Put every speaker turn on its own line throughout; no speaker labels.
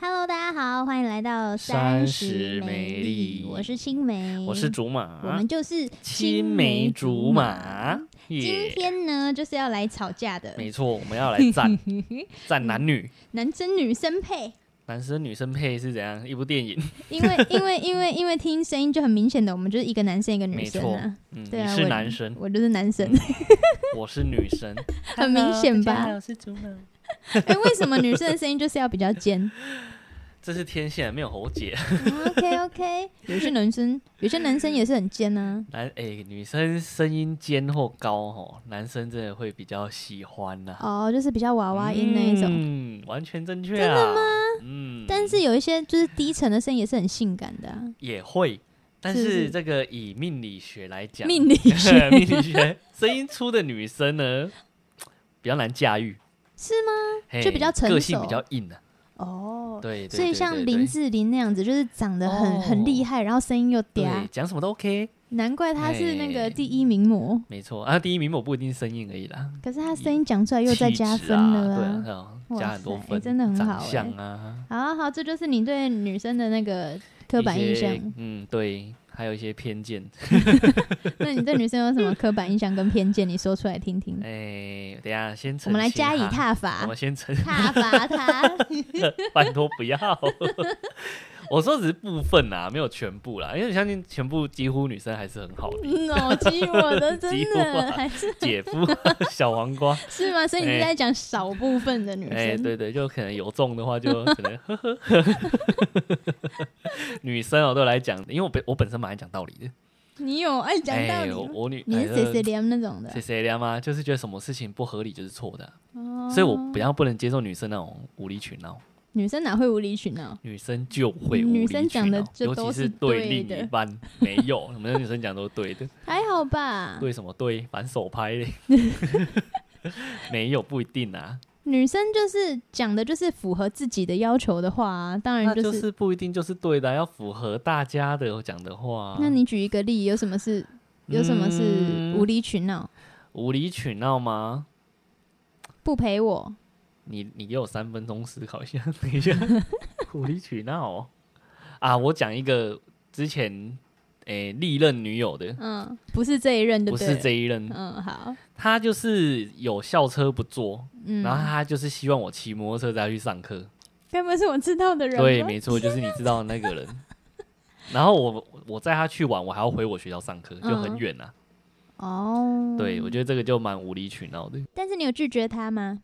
Hello，大家好，欢迎来到
三
十
十
美
美
丽
丽，
我是青梅，
我是竹马，
我们就是
青梅竹马。。
今
耶，
天呢，就是要来吵架的，
没错，我们要来 赞赞男女，
男生女生配，
男生女生配是怎样一部电影？
因 为因为因为因为听声音就很明显的，我们就是一个男生一个女
没
生
错
啊。，
嗯，
对啊，
你是
我
男生，嗯
我就是男生。
我是女生，
很明显吧
Hello，大家好我啊是竹马，
哎，为什么女生的声音就是要比较 尖
这是天线，没有喉结。
？OK OK，有些男生有些男生也是很尖啊。
男诶，女生声音尖或高哦，男生真的会比较喜欢呐。
哦，就是比较娃娃音那一种，
嗯，完全正确啊。真的吗？嗯，
但是有一些就是低沉的声音也是很性感的啊。
也会，但
是不是
是这个以命理学来讲，
命理 学
命理学声音粗的女生呢，比较难驾驭，
是
吗？
就比较成熟
个性比较硬啊。
哦，
对，对
所以像林，志玲那样子，就是长得很、
哦
很厉害，然后声音又
对对
嗲
对，讲什么都 OK，
难怪她是那个
哎
第一名模。
没错啊。第一名我不一定声音而已啦，
可是她声音讲出来又再加
气
分
质啊
了
对啊对啊，
哇
加很多
塞
分，
真的很好
长
哎
相啊，
好好，这就是你对女生的那个刻板印
一些
象。
嗯，对，还有一些偏见。
那你对女生有什么刻板印象跟偏见？你说出来听 听。
哎，等一下先
我们来
澄清
加以啊
哈，
挞
我
伐
们，先澄
挞伐她。
拜托不要。 我说只是部分啦，没有全部啦，因为我相信全部几乎女生还是很好的。
嗯哦，激我的真
激我
的
啊
还是
姐夫、小黄瓜，
是吗？所以你是
哎
在讲少部分的女生。
哎、对对，就可能有中的话，就可能呵呵。女生哦、都来讲，因为我本我本身蛮爱讲道理的。
你有爱讲道理
我
吗？
我女
你
哎
是 C C 连那种的
谁谁聊吗？就是觉得什么事情不合理就是错的啊、
哦，
所以我比较不能接受女生那种无理取闹。
女生哪会无理取闹？
女生就会无
女
理
生
取
讲的
闹
就
尤
都
其
是
是
对
对另
的
一半没有，我们女生讲都对的。
还好吧。
对什么对？反手拍嘞？没有，不一定啊。
女生就是讲的，就是符合自己的要求的话、啊，当然
那
就是。
就是不一定就是对的啊、要符合大家的讲的话啊。
那你举一个例，有什么是有什么是
嗯
无理取闹？
无理取闹吗？
不陪我，
你你给我三分钟思考一下， 等 一下，无理取闹、哦、啊！我讲一个之前诶历任女友的，
嗯，不是这一任的，
不是这，一任，
嗯，好，
她就是有校车不坐，
嗯，
然后她就是希望我骑摩托车再去上课。
该不会是我知道的人吧？
对，没错，就是你知道的那个人。 然后我我载他去玩，我还要回我学校上课，就很
嗯
远啊。
哦，
对，我觉得这个就蛮无理取闹的。
但是你有拒绝他吗？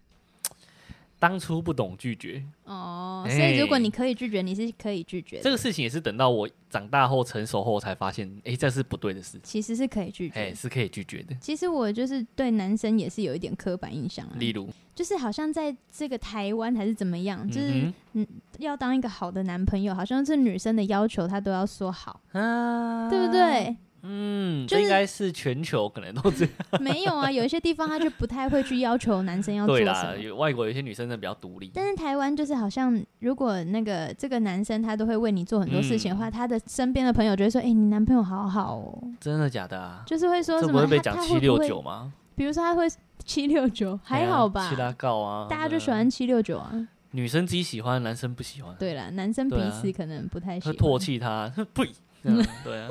当初不懂拒绝
哦，
哎
所以如果你可以拒绝，你是可以拒绝的，
这个事情，也是等到我长大后、成熟后才发现，哎，这是不对的事，
其实是可以拒
哎，
绝。
是可以拒绝的。
其实我就是对男生也是有一点刻板印象啊，
例如，
就是好像在这个台湾还是怎么样，就是
嗯
要当一个好的男朋友，好像是女生的要求，他都要说好，
哼啊，
嗯对不？对？
嗯，
就
这应
是
该是全球可能 都这样。
没有 啊，有一些地方他就不太会去要求男生要哦做
对
什
啦，
么。
有外国有些女生真的比较独立，
但是台湾就是好像，如果那个这个男生他都会为你做很多事情的话，
嗯
他的身边的朋友就会说：“哎、你男朋友好好哦。
真的假的啊”？
就是会说
这
什
不
么
会被
他
讲
他
七
会
六
不会
九吗？
比如说他会七六九，还好吧？
七拉告啊，
大家
对
就
啊
喜欢七六九啊。
女生自己喜欢，男生不喜欢。
对啦，男生彼
对啊
此可能不太喜
会
欢，嗯
唾弃他， 哼呸！这样对啊，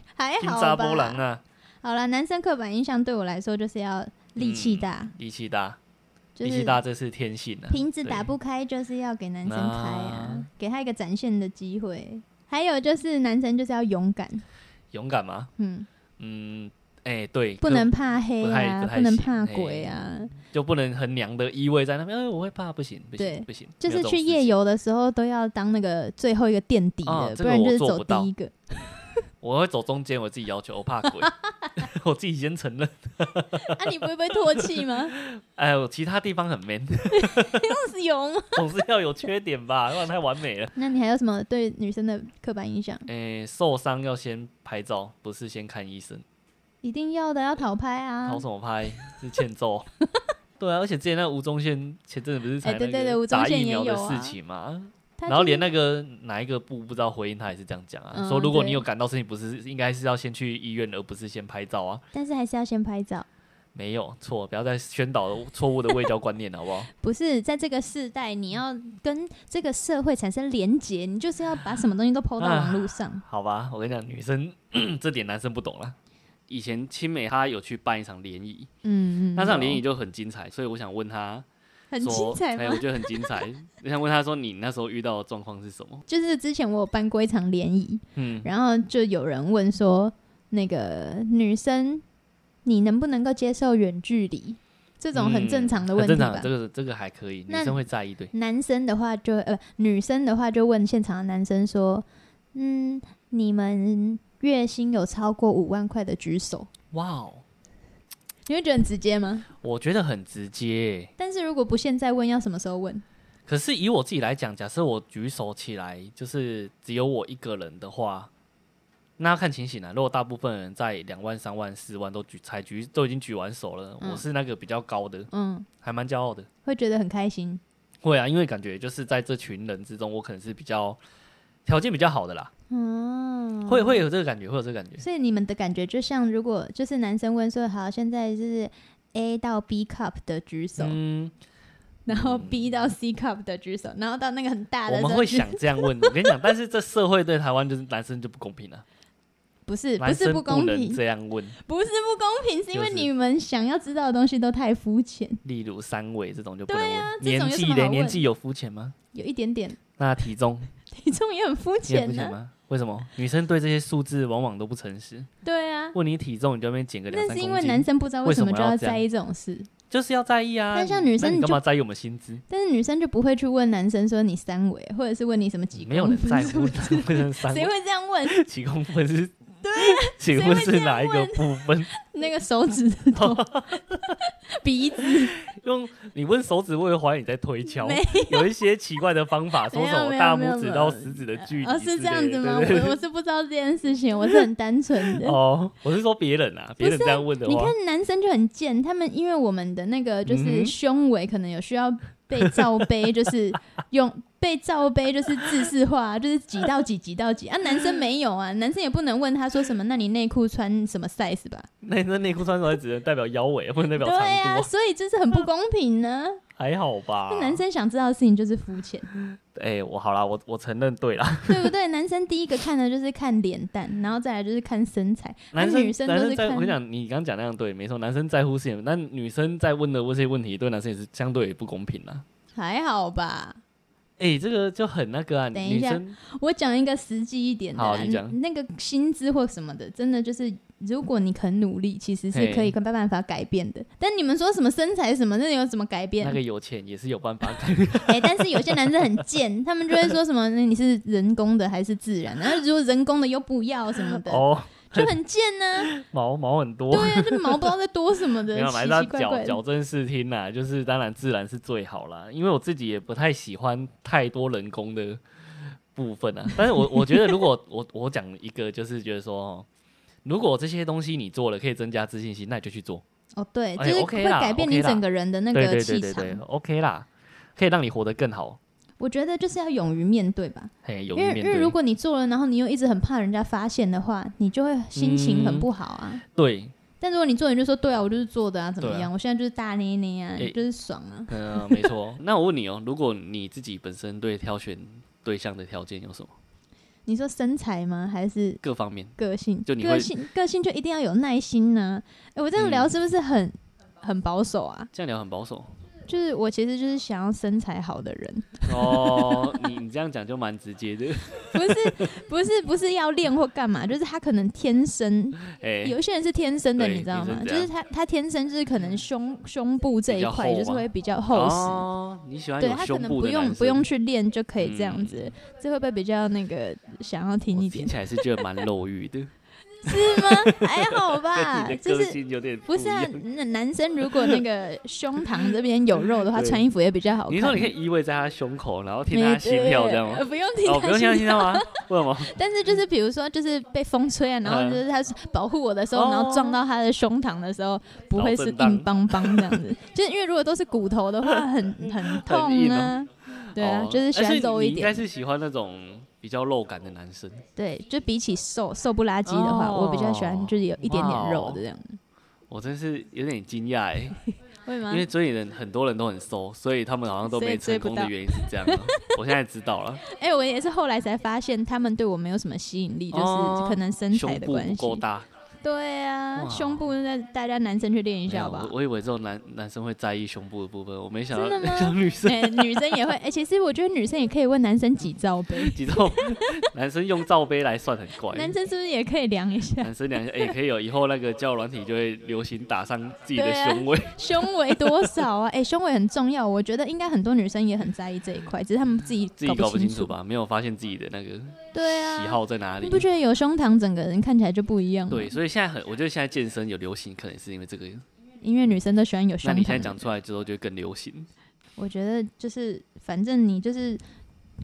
还
金
好
扎波浪
吧？
啊，
好啦，男生刻板印象对我来说就是要力气大，
力气大，
就
嗯力
是
气大，这是天性啊。
瓶子打
对
不开，就是要给男生开啊
那，
给他一个展现的机会。还有就是男生就是要勇敢，
勇敢吗？
嗯，
嗯，哎，对，
不
就
能怕黑
不太
啊，
不太
不能
行
怕
嘿
鬼啊。
就不能很娘的依偎在那边，哎，我会怕，不行，不
对
行，不行，
就
没有
是
这种
去
事
夜
情，
游的时候都要当那个最后一个垫底的，
啊这
不
个
然就
我
是
做
走
不到
第一个。
我会走中间，我自己要求，我怕鬼， 我自己先承认。
啊，你不会被唾弃吗？
哎，我其他地方很 man，
那是有吗？
总是要有缺点吧， 不然太完美了。
那你还有什么对女生的刻板印象？
哎，受伤要先拍照，不是先看医生。
一定要的，要讨拍啊
掏！什么拍？是欠 揍。对啊，而且之前那个吴宗宪前阵子不是才
哎对
那
对对吴
个
宗
打
宪
疫
也
苗的
有啊
事情嘛，
他
然后
就是
连那个哪一个部不知道回应他也是这样讲啊，
嗯
说如果你
对
有感到身体不适，应该是要先去医院，而不是先拍照啊。
但是还是要先拍照。
没有错，不要再宣导错误的卫教观念了，好不好？
不是在这个世代，你要
嗯
跟这个社会产生连结，你就是要把什么东西都抛到网络上。
好吧，我跟你讲，女生 这点男生不懂了。以前青美她有去办一场联谊，
嗯嗯，
那这场联谊就很精彩，所以我想问她
很
说，
精彩
哎
吗
我？觉得很精彩。我想问她说，你那时候遇到的状况是什么？
就是之前我有办过一场联谊，
嗯，
然后就有人问说，那个女生你能不能够接受远距离这种很正常的问
嗯很
题
正
吧
常，？这个这个还可以，女
那
生会在意，对，
男生的话就呃，女生的话就问现场的男生说，嗯，你们月薪有超过五万块的举手，
哇哦，
你会觉得很直接吗？
我觉得很直接欸耶。
但是如果不现在问，要什么时候问？
可是以我自己来讲，假设我举手起来，就是只有我一个人的话，那要看情形啊。如果大部分人在两万、三万、四万都举才举都已经举完手了，
嗯
我是那个比较高的，
嗯，
还蛮骄傲的。
会觉得很开心。
会啊，因为感觉就是在这群人之中，我可能是比较条件比较好的啦，
嗯，
会会有这个感觉，会有这个感觉。
所以你们的感觉就像，如果就是男生问说，好，现在是 A 到 B cup 的举手，
嗯，
然后 B 到 C cup 的举手，然后到那个很大的
我
时候，
们会想这样问，我跟你讲，但是这社会对台湾就是男生就不公平了、
不是 不
男
是
生
不
不
公
能
平，
这样问，
不是不公平，是因为
就是
你们想要知道的东西都太肤浅，
例如三围这种就不能问，
啊这种有
年纪
什么
嘞，
好
年
问
纪有肤浅吗？
有一点 点
那体重
体重也很肤
你
浅啊
也不
呢、
行吗？为什么女生对这些数字往往都不诚实？
对啊，
问你体重，你就在那边减个两
那
三
是
公斤，
因为男生不知道为什么
为什
就
么要
要
这样
在意这种事，
就是要在意啊。
但像女生
那
你
你干
就
嘛在意我们薪资？
但是女生就不会去问男生说你三围，或者是问你什么几
没有人
公分
在
数
乎男生 三
谁会这样问？啊
几公分是？对， 请问是哪一个部分？
那个手指的 头、鼻子，
用你问手指，我会怀疑你在推敲
没。
有一些奇怪的方法，说什
没
么
有
大
没有
拇
没
指
有
到食指的距离
哦，
之
是
类
这
的
样子吗？
对对
我我是不知道这件事情，我是很单纯的。
哦，我是说别人啊，别人这样问的
你
话，
看男生就很贱，他们因为我们的那个就
嗯
是
哼
胸围可能有需要被罩杯，就是用 被罩杯就是自式化，就是几到几几到几啊。男生没有啊，男生也不能问他说什么，那你内裤穿什么 size 吧？
那那内裤穿出来只能代表腰围，不能代表
对
长
啊，
度啊，
所以这是很不公平呢、
还好吧
那？男生想知道的事情就是肤浅，
哎、我好啦，我我承认对啦。
对不对？男生第一个看的就是看脸蛋，然后再来就是看身材，
男
那
生
女生都
男
是
生在
看
我跟你讲，你刚刚讲那样对，没错，男生在乎事情，但女生在问的这些问题，对男生也是相对也不公平啦。
还好吧？
哎、这个就很那个啊，
等一
女
下
生
我讲一个实际一点的啦
好你讲
那个薪资或什么的，真的就是如果你肯努力，其实是可以
嘿
跟办法改变的。但你们说什么身材什么，那有什么改变？
那
哎、
个有钱也是有办法改，
但是有些男生很贱， 他们就会说什么那你是人工的还是自然？然后如果人工的又不要什么的，
哦，
就很贱 呢、
毛毛很多。
对啊，这毛不知道在多什么的，
没有啦，还
奇
是要
奇怪
矫
怪的。
矫正视听啦，就是当然自然是最好啦，因为我自己也不太喜欢太多人工的部分啊。但是我我觉得，如果我我讲一个，就是觉得说，哦如果这些东西你做了可以增加自信心，那你就去做。
哦，对，就
哎
是会
OK 啦
改变你
OK 啦
整个人的那
对
个
对
气
对对
场。
对，OK 啦，可以让你活得更好。
我觉得就是要勇于面对吧。
嘿，有
因为因
面
为
对
如果你做了，然后你又一直很怕人家发现的话，你就会心情很不好啊。
对，
但如果你做，你就说对啊，我就是做的啊，怎么
嗯对
样？
啊
我现在就是大捏捏啊，
诶
就是爽啊。
嗯、没错。那我问你哦，如果你自己本身对挑选对象的条件有什么？
你说身材吗？还是
各方面
个性？
就你会
个性，个性就一定要有耐心呢、哎、我这样
嗯
聊是不是很、很保守啊？
这样聊很保守
就是我其实就是想要身材好的人，
哦。你你这样讲就蛮直接 的，
不是 不是不是要练或干嘛，就是他可能天生
哎、
有一些人是天生的，
对
你知道吗？
天生
就
这样嗯
是他他天生就是可能胸胸部这一块
比较厚
就是
吗
会比较厚实，
哦，你喜欢
对
有
他可
胸
能
部
不
的男
用
生，嗯
不用去练就可以这样子，这会不会比较那个想要听
我
一
听
点？
起来是觉得蛮肉欲的，
是吗？还好吧，
跟你的
啊就
个
是。
性有点
不
一
是啊，
样。
那男生如果那个胸膛这边有肉的话，
对
穿衣服也比较好看。啊
你说你可以依偎在他胸口，然后听
没
他心跳，这样吗
呃？不用听
哦，不
他
用听他
心
心跳 吗？为什么？
但是就是比如说，就是被风吹啊，然后
嗯
就是他保护我的时候，
哦
然后撞到他的胸膛的时候，不会是
脑震荡
硬邦邦这样子。 就是因为如果都是骨头的话， 很很痛
硬
啊。对啊
哦，
就是喜
但
欢肉
你
一
你应
点。
该是喜欢那种比较肉感的男生。
对，就比起瘦瘦不拉几的话，
哦
我比较喜欢就是有一点点肉的这样。
我真是有点惊讶哎，
会吗
因？为追人很多人都很瘦，所以他们好像都
所以
没
追
成
不
功的
到
原因是这 样、啊。我现在知道了，
哎、我也是后来才发现，他们对我没有什么吸引力，就是
哦
可能身材
胸
的
部
关
不
系
够。大。
对啊，
哇
胸部那大家男生去练一
没
下
有，
吧
我。我以为这种男男生会在意胸部的部分，我没想
真的
到
吗
像女生
哎、女生也会，哎、其实我觉得女生也可以问男生几罩杯，
几种 男生用罩杯来算很怪。
男生是不是也可以量一下
男生两下哎、可以有以后那个交友软体就会流行打上自己的
对啊
胸围，
胸围多少 啊？哎、胸围很重要，我觉得应该很多女生也很在意这一块，只是她们自己
自己搞不
不
清
楚
楚？吧？没有发现自己的那个
对
喜
啊，
好在哪里
你。不觉得有胸膛整个人看起来就不一样吗？
对，，所以现在很，我觉得现在健身有流行，可能是因为这个。
因为女生都喜欢有胸
那
膛。
你现在讲出来之后就更流行。
我觉得就是，反正你就是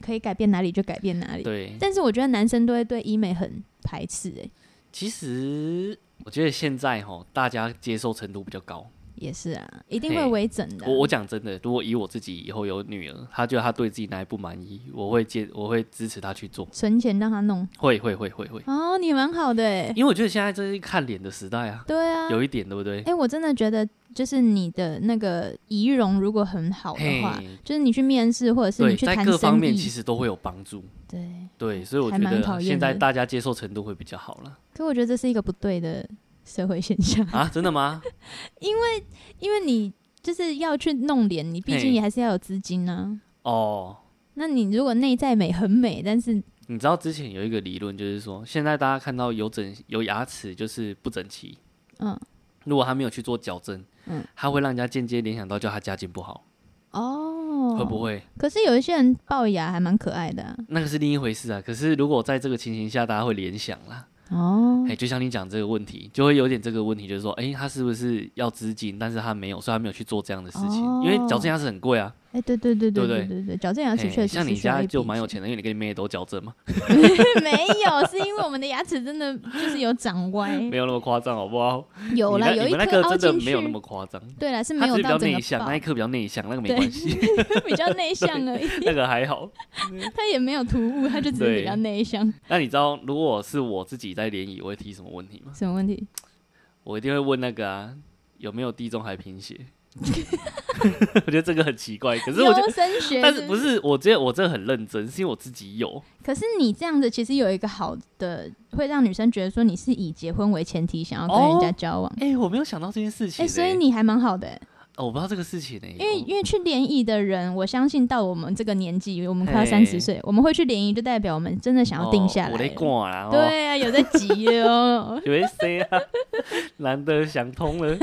可以改变哪里就改变哪里。
对，
但是我觉得男生都会对医美很排斥、哎，
其实我觉得现在哈，大家接受程度比较高。
也是啊，一定会
嘿
微整的啊、
我我讲真的，如果以我自己以后有女儿，她觉得她对自己哪里不满意，我会接，我会支持她去做，
存钱让他弄。
会会会会会，
哦，你蛮好的、哎，
因为我觉得现在这是看脸的时代啊，
对啊。
有一点对不对
哎、？我真的觉得，就是你的那个仪容如果很好的话
嘿，
就是你去面试或者是
对，
你去
在
谈
各方
生
面
意，
其实都会有帮助。
对。
对，所以我
还
觉
蛮讨
得
厌
现在
的
大家接受程度会比较好了
可我觉得这是一个不对的社会现象，
啊，真的吗？
因为你就是要去弄脸，你毕竟
嘿
也还是要有资金啊。
哦，
那你如果内在美很美，但是
你知道之前有一个理论，就是说现在大家看到有整有牙齿就是不整齐，
嗯，
如果他没有去做矫正，
嗯，
他会让人家间接联想到叫他家境不好，
哦，
会不？会？
可是有一些人龅牙还蛮可爱的啊、
那个是另一回事啊。可是如果在这个情形下，大家会联想啦，
哦
哎、，就像你讲这个问题，就会有点这个问题，就是说，哎、他是不是要资金，但是他没有，所以他没有去做这样的事情，
哦
因为矫正牙齿很贵啊。
哎、对对对
对不
对
对
对对，矫正牙齿
嘿
确实
像
是
你
需要
家
一
就
笔
蛮有
钱，
钱的，因为你跟你妹都矫正嘛，
没有，是因为我们的牙齿真的就是有长歪，
没有那么夸张，好不好？
嗯有
你
啦，
那
有
你
一
们那
颗
个
凹
真的
进
没
去
有那，么夸张。
对啦，是
他
没
只
有
是比
到
较
整个
内向，
爆
那一刻比较内向，那个没
对
关系，
比较内向而已，
那个还好。
它也没有突兀，它就只是比
对
较内向。
那你知道，如果是我自己在联谊，我会提什么问题吗？
什么问题？
我一定会问那个啊，有没有地中海 贫血？我觉得这个很奇怪，可是我就，
优生学，
但是不？是？我觉得我真的很认真，是因为我自己有。
可是你这样子其实有一个好的，会让女生觉得说你是以结婚为前提，想要跟人家
哦
交往。
哎、我没有想到这件事情、
哎、
欸
所以、你还蛮好的、欸，
哦我不知道这个事情呢、哦
因为
我
因为去联谊的人，我相信到我们这个年纪，我们快要
嘿
三十岁，我们会去联谊，就代表我们真的想要定下
哦、
来
我在
了。
逛啦，哦，。
对啊，有在急哦
有一些啊， 难得想通 了，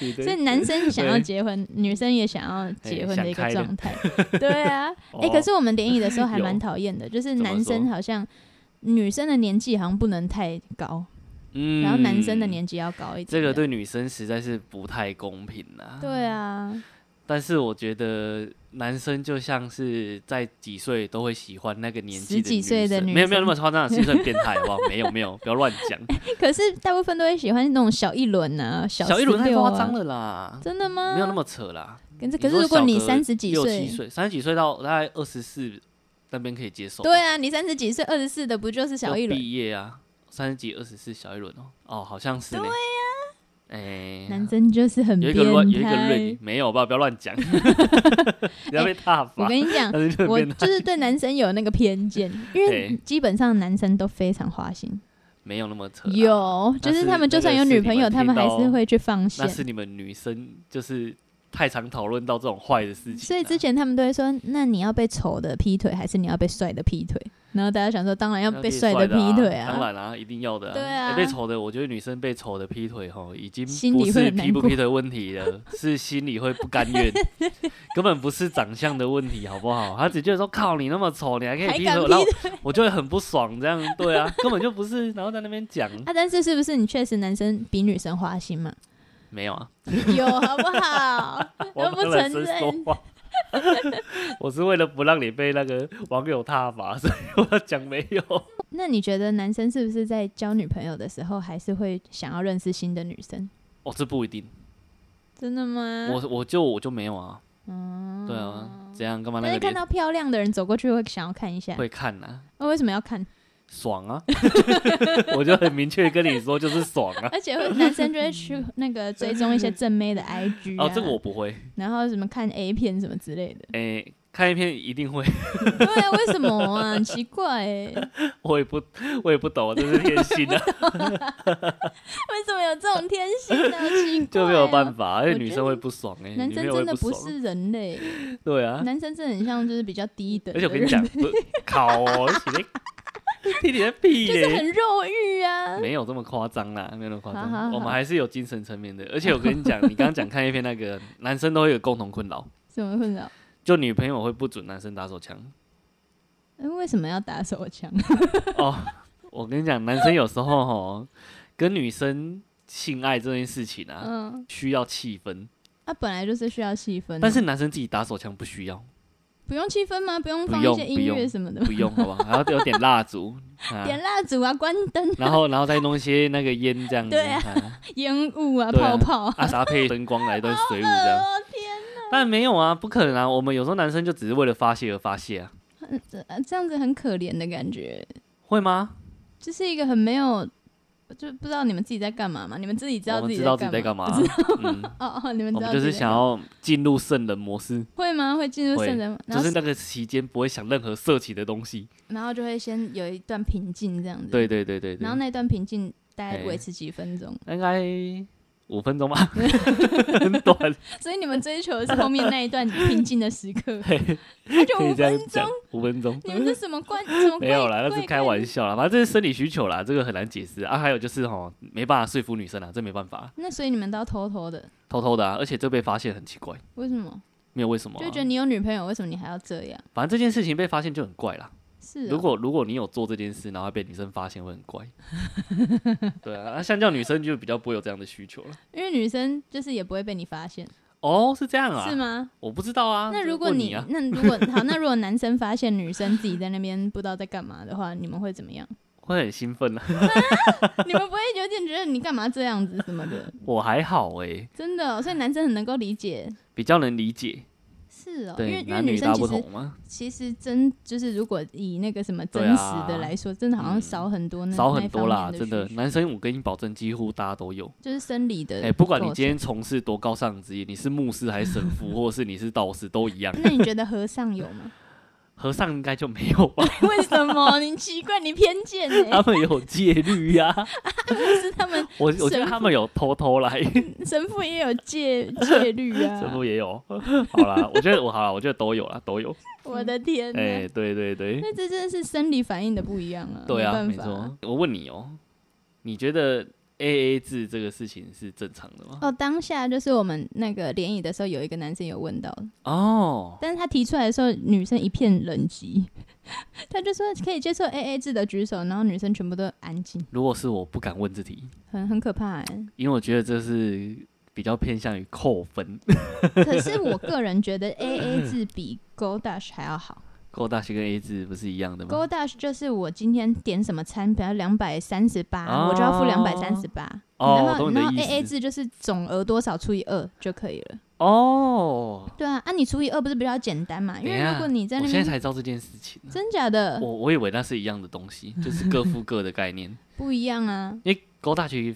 你的
所以男生想要
对
结婚，女生也想要结婚的一个
嘿想开了
状态。 对 啊，哎、
哦
可是我们联谊的时候还
有
蛮讨厌的，就是
怎么
男生
说
好像女生的年纪好像不能太高，
嗯
然后男生的年纪要高一点。
这个对女生实在是不太公平啦。
对啊，
但是我觉得男生就像是在几岁都会喜欢那个年纪
十几岁的
的
女
生没有没
生
有
哎
那么夸张，啊其实很变态，好不好？没 有没有，不要乱讲。
可是大部分都会喜欢那种小一轮啊，小
小一轮太
16啊
夸张，了啦，
真的吗？
没有那么扯啦。
可是
你
可是
说
如果
小
你
个
三十几
六
岁，
七岁，三十几岁到大概二十四那边可以接受。
对，啊，你三十几岁，二十四的不就是小一轮？
毕业啊，三十几二十四小一轮哦，哦，好像是呢。对呀，哎
男。生就是很
有一
变
个乱，有一个
态
论，。没有吧？不要 乱讲，你要被踏伐。
我跟你讲，
但是就
哎我
变态
就是对男生有那个偏 见，因为
嘿
基本上男生都非常花心，
没有那么扯啦。
有就
啊那
是
是
他们就算有女朋友，
那个是
他们还是会去放
哦那
线。
是你们女生就是太常讨论到这种坏的事情啊、
所以之前他们都会说，那你要被丑的劈腿，还是你要被帅的劈腿？然后大家想说，当然要
那
被
是
帅的劈腿
啊，当然啊，一定要的、啊。
对啊
欸被丑的，我觉得女生被丑的劈腿吼，已经
心
不
里会
是
很难
劈不
过
劈腿问题了， 是心里会不甘 愿，根本不是长相的问题，好不好？她只觉得说，靠你那么丑，你还可以
还
劈
敢
腿，
劈
然后我就会很不爽，这样对啊，根本就不是，然后在那边讲
啊，但是是不是你确实男生比女生花心 嘛？
没有啊，
有好不好？
我
都不承
跟男生
认
说话。 我是为了不让你被那个网友踏伐，所以我要讲没有。
那你觉得男生是不是在交女朋友的时候，还是会想要认识新的女生？
哦，这不一定，
真的吗？
我我就我就没有啊，
嗯，
对啊，怎样干嘛
但
那
是
个
看
脸
到漂亮的人走过去会想要看一下，
会看呐、啊？
那、为什么要看？
爽啊！我就很明确地跟你说，就是爽 啊！
而且会男生就会去那个追踪一些正妹 的 IG 啊，
哦，这个我不会，。
然后什么看 A 片什么之类的
诶、看一片一定会，
对啊，为什么啊？很奇怪、欸， 为
我也不，我也不懂，这是天性 啊，
什么有这种天性呢、 奇怪、
就没有办
法。
法，因为
啊我觉
女
得
生会不爽哎、
男
女
生
朋友会
真的
不
不
爽，
是人类，
对啊，
男生真的很像就是比较低等的
而且
人，
我跟你讲，不靠哦，你在听你的 屁
就是
嘞，
很肉欲啊。
没有这么夸张啦，没有那么夸
好好
张，
好
我们还是有精神层面的。而且我跟你讲，你刚刚讲看一片那个，男生都会有共同困扰，
什么困扰？
就女朋友会不准男生打手枪。
嗯为什么要打手枪？啊
哦，我跟你讲，男生有时候吼跟女生性爱这件事情啊，
嗯，
需要气氛，
他、啊本来就是需要气氛的，啊
但是男生自己打手枪不需要，
不用气氛吗？不用
不
放一
用
些
不
音乐
用
什么的吗？
不用好吧？还要有点蜡烛，啊、
点蜡烛啊，关灯、
然后然后再弄一些那个烟这样子，
对啊
啊
烟雾啊，
对
泡
啊
泡啊，
啊搭配灯光来一段水舞这样。
哦天
但没有啊，不可能啊！我们有时候男生就只是为了发泄而发泄啊，
啊，这样子很可怜的感觉，
会吗？
这是一个很没有，就不知道你们自己在干嘛嘛？你们自己知道
我
自
们
己
知道自己在
干
干
嘛？
嘛啊， 嗯，
哦哦，你们
我
知道
们
自
就
己在
是想
干嘛
要进入圣人模式，
会吗？会进入
会
圣人吗，然
就
后
是那个期间不会想任何色情的东西。
然后就会先有一段平静这样子，
对，对对对对，
然后那段平静大概
哎
维持几分 钟，
应该五分钟吧，很短，
所以你们追求的是后面那一段平静的时 刻，那就
可以
五
这样
分钟
讲，，五分钟。
你们这什么怪什么怪
没有啦，那
怪
是开玩笑啦，反正这是生理需求啦，这个很难解释啊。还有就是吼，没办法说服女生啊，这没办法，
那所以你们都要偷偷的，
偷偷的啊，而且这被发现很奇怪，
为什么？
没有为什么啊、
就觉得你有女朋友，为什么你还要这样？
反正这件事情被发现就很怪啦。
是哦、
如果如果你有做这件事，然后被女生发现，会很 怪。对啊，那相较女生就比较不会有这样的需求了。
因为女生就是也不会被你发现，
哦，是这样啊？
是吗？
我不知道啊。
那如果
问
你
你啊，
那如果好，那如果男生发现女生自己在那边不知道在干嘛的话，你们会怎么 样？
会很兴奋啊。
你们不会有点觉得你干嘛这样子什么的？
我还好哎、
真的哦、所以男生很能够理解。
比较能理解。
是哦，因为
对，
因为
男
女
大
生
不
其
同
实
嘛，
其实真就是如果以那个什么真
对啊
实的来说，真的好像
嗯
少很多那、
少很多
那
啦，
方面
真
的
的
需。求，
男生我跟你保证，几乎大家都有。
就是生理的。
哎、不管你今天，从事多高尚的职业，你是牧师还是神 父，或者是你是道士，都一样。
那你觉得和尚有 吗？
和尚应该就没有 吧？
为什么？你奇怪，你偏见哎、
他们有戒律呀、
是他们
我我觉得
神
他们有偷 偷来。
神父也有戒戒律
这
啊！
部也有。好啦，我觉得我好啦，我觉得都有啦，都有。
我的天哪、
哎、对对对，
那这真的是生理反应的不一样啊！
对啊，
没
没
办法啊。
错。我问你哦、你觉得 A A 制这个事情是正常的吗？
哦，当下就是我们那个联谊的时候，有一个男生有问到，
哦，
但是他提出来的时候，女生一片冷寂， 他就说可以接受 A A 制的举手，然后女生全部都安静，
如果是我不敢问这题，
很很可怕、 欸。
因为我觉得这是比较偏向于扣分。
可是我个人觉得 A A 制比 Go Dash 还要好。
扣大学跟 A 制不是一样的
Go
吗？
Dash 就是我今天点什么餐，比如两百三十八，我就要付两百三十八。嗯
哦
然
我
后
懂你的
然后
意
A
思
A 制就是总额多少除以二就可以了。
哦，
对啊，啊你除以二不是比较简单嘛？因
等
为
一下
如果你在
我
那
现在
边呃
才知道这件事情。
真假的
我我以为那是一样的东西，就是各付各的概念。
不一样啊，
因为勾大学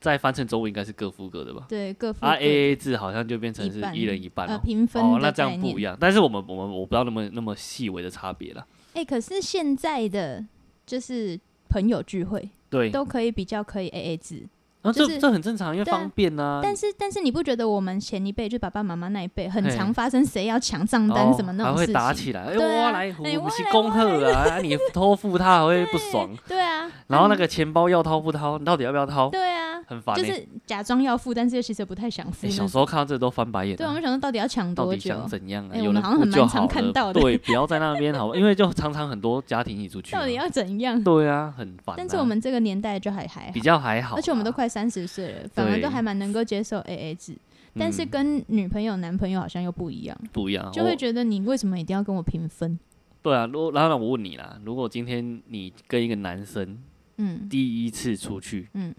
在翻成中文应该是各付各的吧？
对，各付
啊
各
，A A 制好像就变成是
一半
一人一半
呃
哦。
平分
哦，那
的
这
概
样
念。
不一样。但是我们我们我不知道那么那么细微的差别了。
哎、可是现在的就是朋友聚会
对，
都可以比较可以 A A 制，
然后
就
这
是
这很正常，因为
对啊
方便呐。
但是但是你不觉得我们前一辈就爸爸妈妈那一辈很
嘿
常发生谁要抢账单
哦
什么那
还
种
会
事情？
打起来，哎，
对啊
我来胡，
哎
我
我
们是
来
恭
我
贺啊，啊你偷付他还会不爽。
对啊，
然后那个钱包要掏不掏，你到底要不要掏？
对啊，
很烦
就
欸。
是假装要付，但是又其实不太想付
哎
那
小
种。
时候看到这都翻白眼
对，我
啊。
们想说到底要抢
到
多
底
久
想？怎样啊？
哎
有
我
人
们好像
付
很
就
蛮常
好
看
了，
到的
对，不要在那边好吧，因为就常常很多家庭一起出去嘛。
到底要怎样？
对啊，很烦啊。
但是我们这个年代就还还好
比，较还好啦，
而且我们都快三十岁了，反而
对
都还蛮能够接受 A A 制。但是
嗯
跟女朋友、男朋友好像又不一样，
不一样，啊
就
我
会觉得你为什么一定要跟我平分？
对啊，如果然后我问你啦，如果今天你跟一个男生
嗯，
第一次出去，
嗯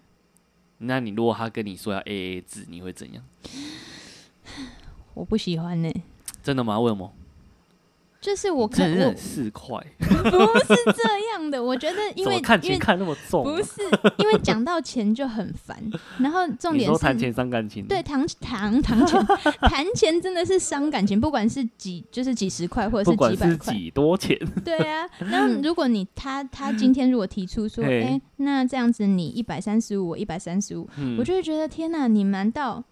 那你如果他跟你说要 A A 制，你会怎样？
我不喜欢呢、欸
真的吗？为什么？
就是我可
真的
我
很市侩，欸
不是这样的，我觉得因
怎
为
么看
因为
钱看那么重啊、
不是因为讲到钱就很烦，然后重
你
点
说
是
谈钱伤感情，
对，谈谈谈钱谈钱真的是伤感情，不管是几就是几十块或者
不管
几百
是
块，
几多钱，
对啊。然后如果你他他今天如果提出说，哎、
嘿
那这样子你一百三十五，我一百三十五，
嗯
我就会觉得天哪、你难道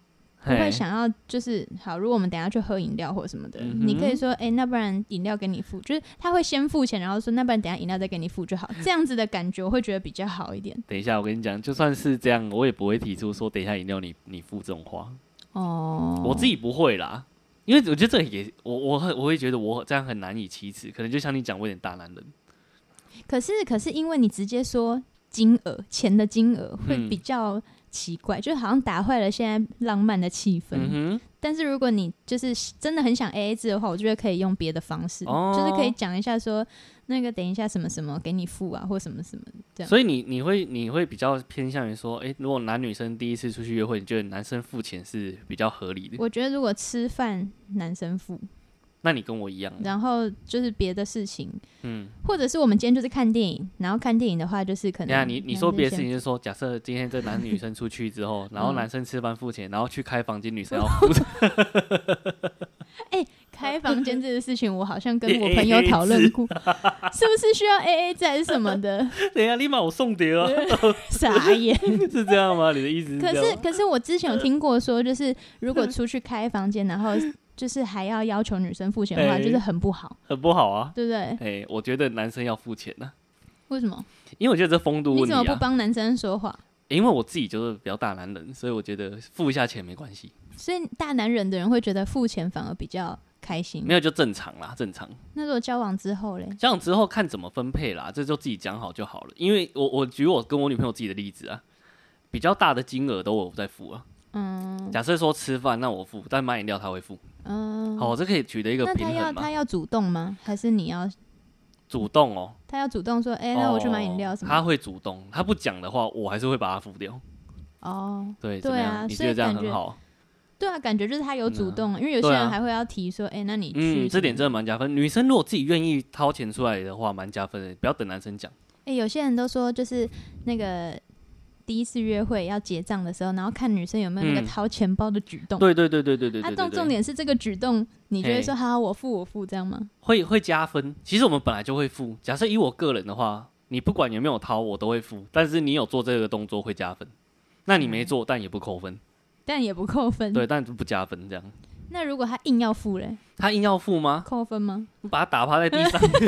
不
嘿
会想要就是好？如果我们等一下去喝饮料或什么的，
嗯哼
你可以说，哎、那不然饮料给你付，就是他会先付钱，然后说那不然等一下饮料再给你付就好，这样子的感觉我会觉得比较好一点。
等一下，我跟你讲，就算是这样，我也不会提出说等一下饮料你你付这种话，
哦，
我自己不会啦，因为我觉得这也我我很我会觉得我这样很难以启齿，可能就像你讲，我有点大男人，
可是，可是因为你直接说金额钱的金额会
嗯
比较奇怪，就好像打坏了现在浪漫的气氛。
嗯
但是如果你就是真的很想 A A 制的话，我觉得可以用别的方式，
哦
就是可以讲一下说那个等一下什么什么给你付啊，或什么什么。这
哼，
样
所以你你会你会比较偏向于说，诶，如果男女生第一次出去约会，你觉得男生付钱是比较合理的？
我觉得如果吃饭男生付，
那你跟我一样，
然后就是别的事情，
嗯，
或者是我们今天就是看电影，然后看电影的话就是可
等一下
能
你你
男
说
生
别的
先
事情是说，假设今天这男女生出去 之后，然后
嗯
男生吃饭付钱，然后去开房间，女生要付，
开房间这个事情，我好像跟我
AA
朋友讨论过， 是不是需要 A A 制还是什么 的？
等一下立马我送 碟啊，
傻眼。
是这样吗？你的意思是
可
这
是
样吗？
可是我之前有听过说，就是如 果出去开房间，然后就是还要要求女生付钱的话，
哎
就是很不好，
很不好啊。
对不对？
哎、我觉得男生要付钱呢、
为什么？
因为我觉得这风度
你
问题
怎么不
啊。
帮男生说话？
因为我自己就是比较大男人，所以我觉得付一下钱没关系，
所以大男人的人会觉得付钱反而比较开心
没。有就正常啦，正常。
那如果交往之后嘞，
这样之后看怎么分配啦，这就自己讲好就好了。因为我我举我跟我女朋友自己的例子啊，比较大的金额都我在付啊。
嗯
假设说吃饭那我付，但买饮料她会付。哦
嗯，
好，这可以取得一个
那他
平
要
衡嘛
他，要主动吗？还是你要
主动哦。
他要主动说，哎，那我去买饮料什么
他
的？
会主动，他不讲的话，我还是会把它付掉。
哦，
对，
对
怎么样？
啊
你
所
觉
以
得这样
感
很
觉
好？
对啊，感觉就是他有主
嗯啊
动，因为有些
对啊
人还会要提说，哎、那你去什么的、
嗯，这点真的蛮加分。女生如果自己愿意掏钱出来的话，蛮加分的。不要等男生讲，
哎、有些人都说就是那个第一次约会要结账的时候，然后看女生有没有那
嗯
个掏钱包的举动。
对对对对对对
啊
对
重
对
重
对，
点是这个举动，你就会
嘿
说好好，我付我付这样吗？
会会加分。其实我们本来就会付。假设以我个人的话，你不管有没有掏，我都会付。但是你有做这个动作会加分，那你没做，但也不扣分，
但也不扣分。
对，但不加分这样。
那如果他硬要付嘞，
他硬要付吗？
扣分吗？
你把他打趴在地 上，
就是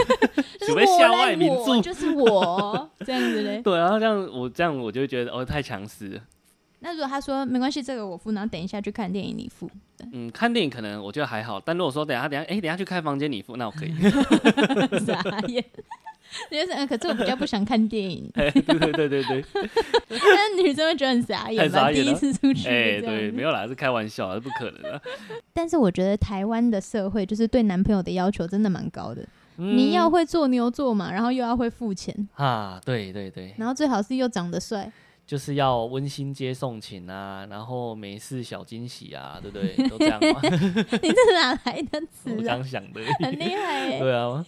准
我
备
嘞
校外民
我
宿。
就是我这样子嘞。
对啊，这样我这样我就会觉得哦，太强势了。
那如果他说没关系，这个我付，然后等一下去看电影你付，
嗯，看电影可能我觉得还好，但如果说等一下等一下，哎、等一下去开房间你付，那我 可以。
傻眼。 就是、呃，可是我比较不想看电影，
哎对对对对对。
但是女生会觉得很傻眼
太
吧？
傻眼
第一
了
次出去，
哎、对，没。有啦，是开玩笑啊，是不可能的。
但是我觉得台湾的社会就是对男朋友的要求真的蛮高的，你要
嗯
会做牛做马，然后又要会付钱，
啊，对对对，
然后最好是又长得帅。
就是要温馨接送情啊，然后没事小惊喜啊，对不对？ 都这样嘛，
啊你这哪来的
我
词啊？
刚想的。
很厉害耶、
对啊，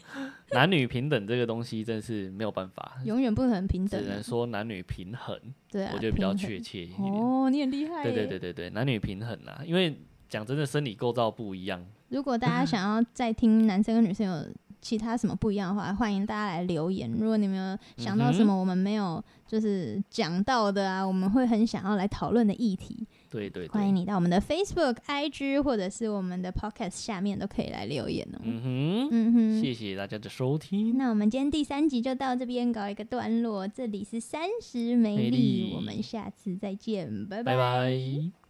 男女平等这个东西真是没有办法，
永远不可能平
只
等啊、
能说男女平衡，
对啊，
我觉得比较
平
确切一
衡
点。
哦，你很厉害、耶
对对对对对，男女平衡啦，因为讲真的，生理构造不一样。
如果大家想要再听男生跟女生有其他什么不一样的话，欢迎大家来留言。如果你们有想
嗯
到什么我们没有就是讲到的啊，我们会很想要来讨论的议题，
对对对，
欢迎你到我们的 Facebook、IG 或者是我们的 Podcast 下面都可以来留言哦。
嗯哼，
嗯哼，
谢谢大家的收听，
那我们今天第三集就到这边搞一个段落，这里是三十
美
美丽，
丽
我们下次再见，拜
拜拜